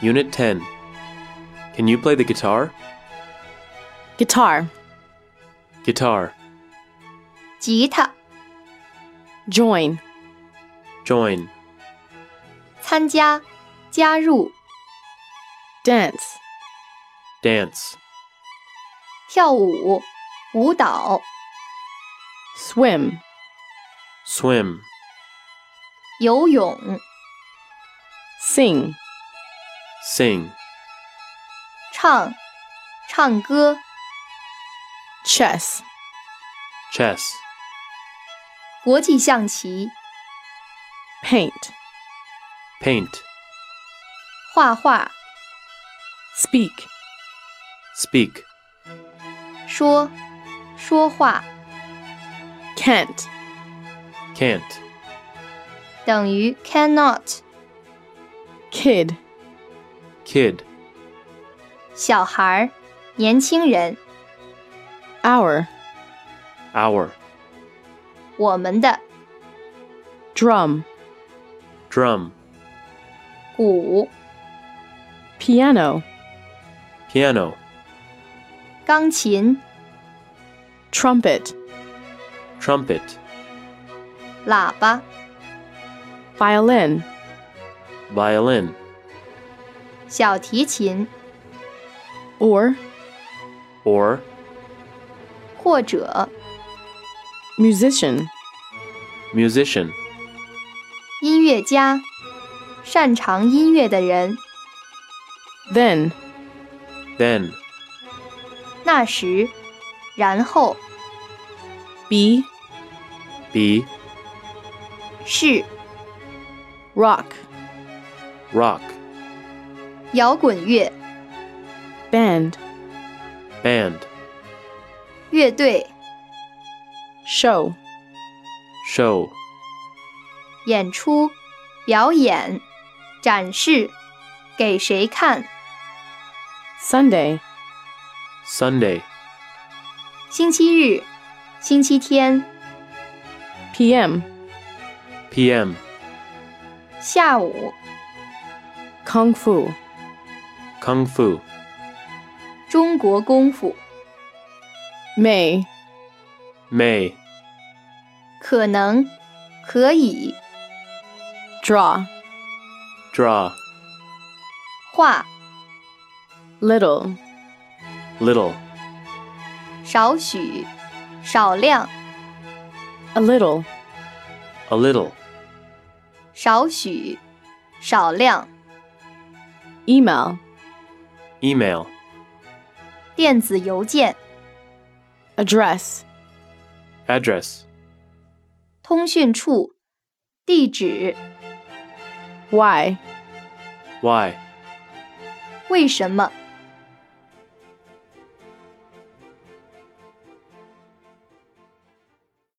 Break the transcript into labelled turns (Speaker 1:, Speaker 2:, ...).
Speaker 1: Unit 10. Can you play the guitar?
Speaker 2: guitar,
Speaker 1: Guitar.
Speaker 3: 吉他、
Speaker 2: join,
Speaker 1: Join.
Speaker 3: 参加、加入、
Speaker 2: dance,
Speaker 1: Dance.
Speaker 3: 跳舞、舞蹈、
Speaker 2: swim,
Speaker 1: Swim.
Speaker 3: 游泳、
Speaker 2: sing,
Speaker 1: Sing.
Speaker 3: 唱、唱歌、
Speaker 2: chess,
Speaker 1: Chess.
Speaker 3: 国际象棋、
Speaker 2: paint,
Speaker 1: Paint.
Speaker 3: 画画、
Speaker 2: speak,
Speaker 1: Speak.
Speaker 3: 说、说话，
Speaker 2: can't,
Speaker 1: Can't.
Speaker 3: 等于 cannot。
Speaker 2: kid,
Speaker 1: Kid.
Speaker 3: 小孩儿、年轻人，
Speaker 2: hour,
Speaker 1: Hour.
Speaker 3: 我们的
Speaker 2: drum,
Speaker 1: Drum.
Speaker 3: 鼓、
Speaker 2: piano,
Speaker 1: Piano.
Speaker 3: 钢琴、
Speaker 2: trumpet,
Speaker 1: Trumpet.
Speaker 3: 喇叭、
Speaker 2: violin,
Speaker 1: Violin.
Speaker 3: 小提琴
Speaker 2: or
Speaker 1: Or.
Speaker 3: 或者
Speaker 2: musician,
Speaker 1: Musician.
Speaker 3: 音乐家，擅长音乐的人。
Speaker 2: then,
Speaker 1: Then.
Speaker 3: 那时，然后
Speaker 2: be,
Speaker 1: Be.
Speaker 3: 是
Speaker 2: rock,
Speaker 1: Rock.
Speaker 3: 摇滚乐
Speaker 2: band,
Speaker 1: Band.
Speaker 3: 乐队、
Speaker 2: show,
Speaker 1: Show.
Speaker 3: 演出、表演、展示，给谁看？
Speaker 2: Sunday,
Speaker 1: Sunday.
Speaker 3: 星期日、星期天、
Speaker 2: p.m.,
Speaker 1: PM.
Speaker 3: 下午、
Speaker 2: kung fu,
Speaker 1: Kung Fu.
Speaker 3: 中国功夫，
Speaker 2: may,
Speaker 1: May.
Speaker 3: 可能、可以、
Speaker 2: draw,
Speaker 1: Draw.
Speaker 3: 画、
Speaker 2: little,
Speaker 1: Little.
Speaker 3: 少许、少量、
Speaker 2: a little,
Speaker 1: A little.
Speaker 3: 少许、少量、
Speaker 2: email,
Speaker 1: Email.
Speaker 3: 电子邮件、
Speaker 2: address,
Speaker 1: Address.
Speaker 3: 通讯处、地址、
Speaker 2: why,
Speaker 1: Why.
Speaker 3: 为什么、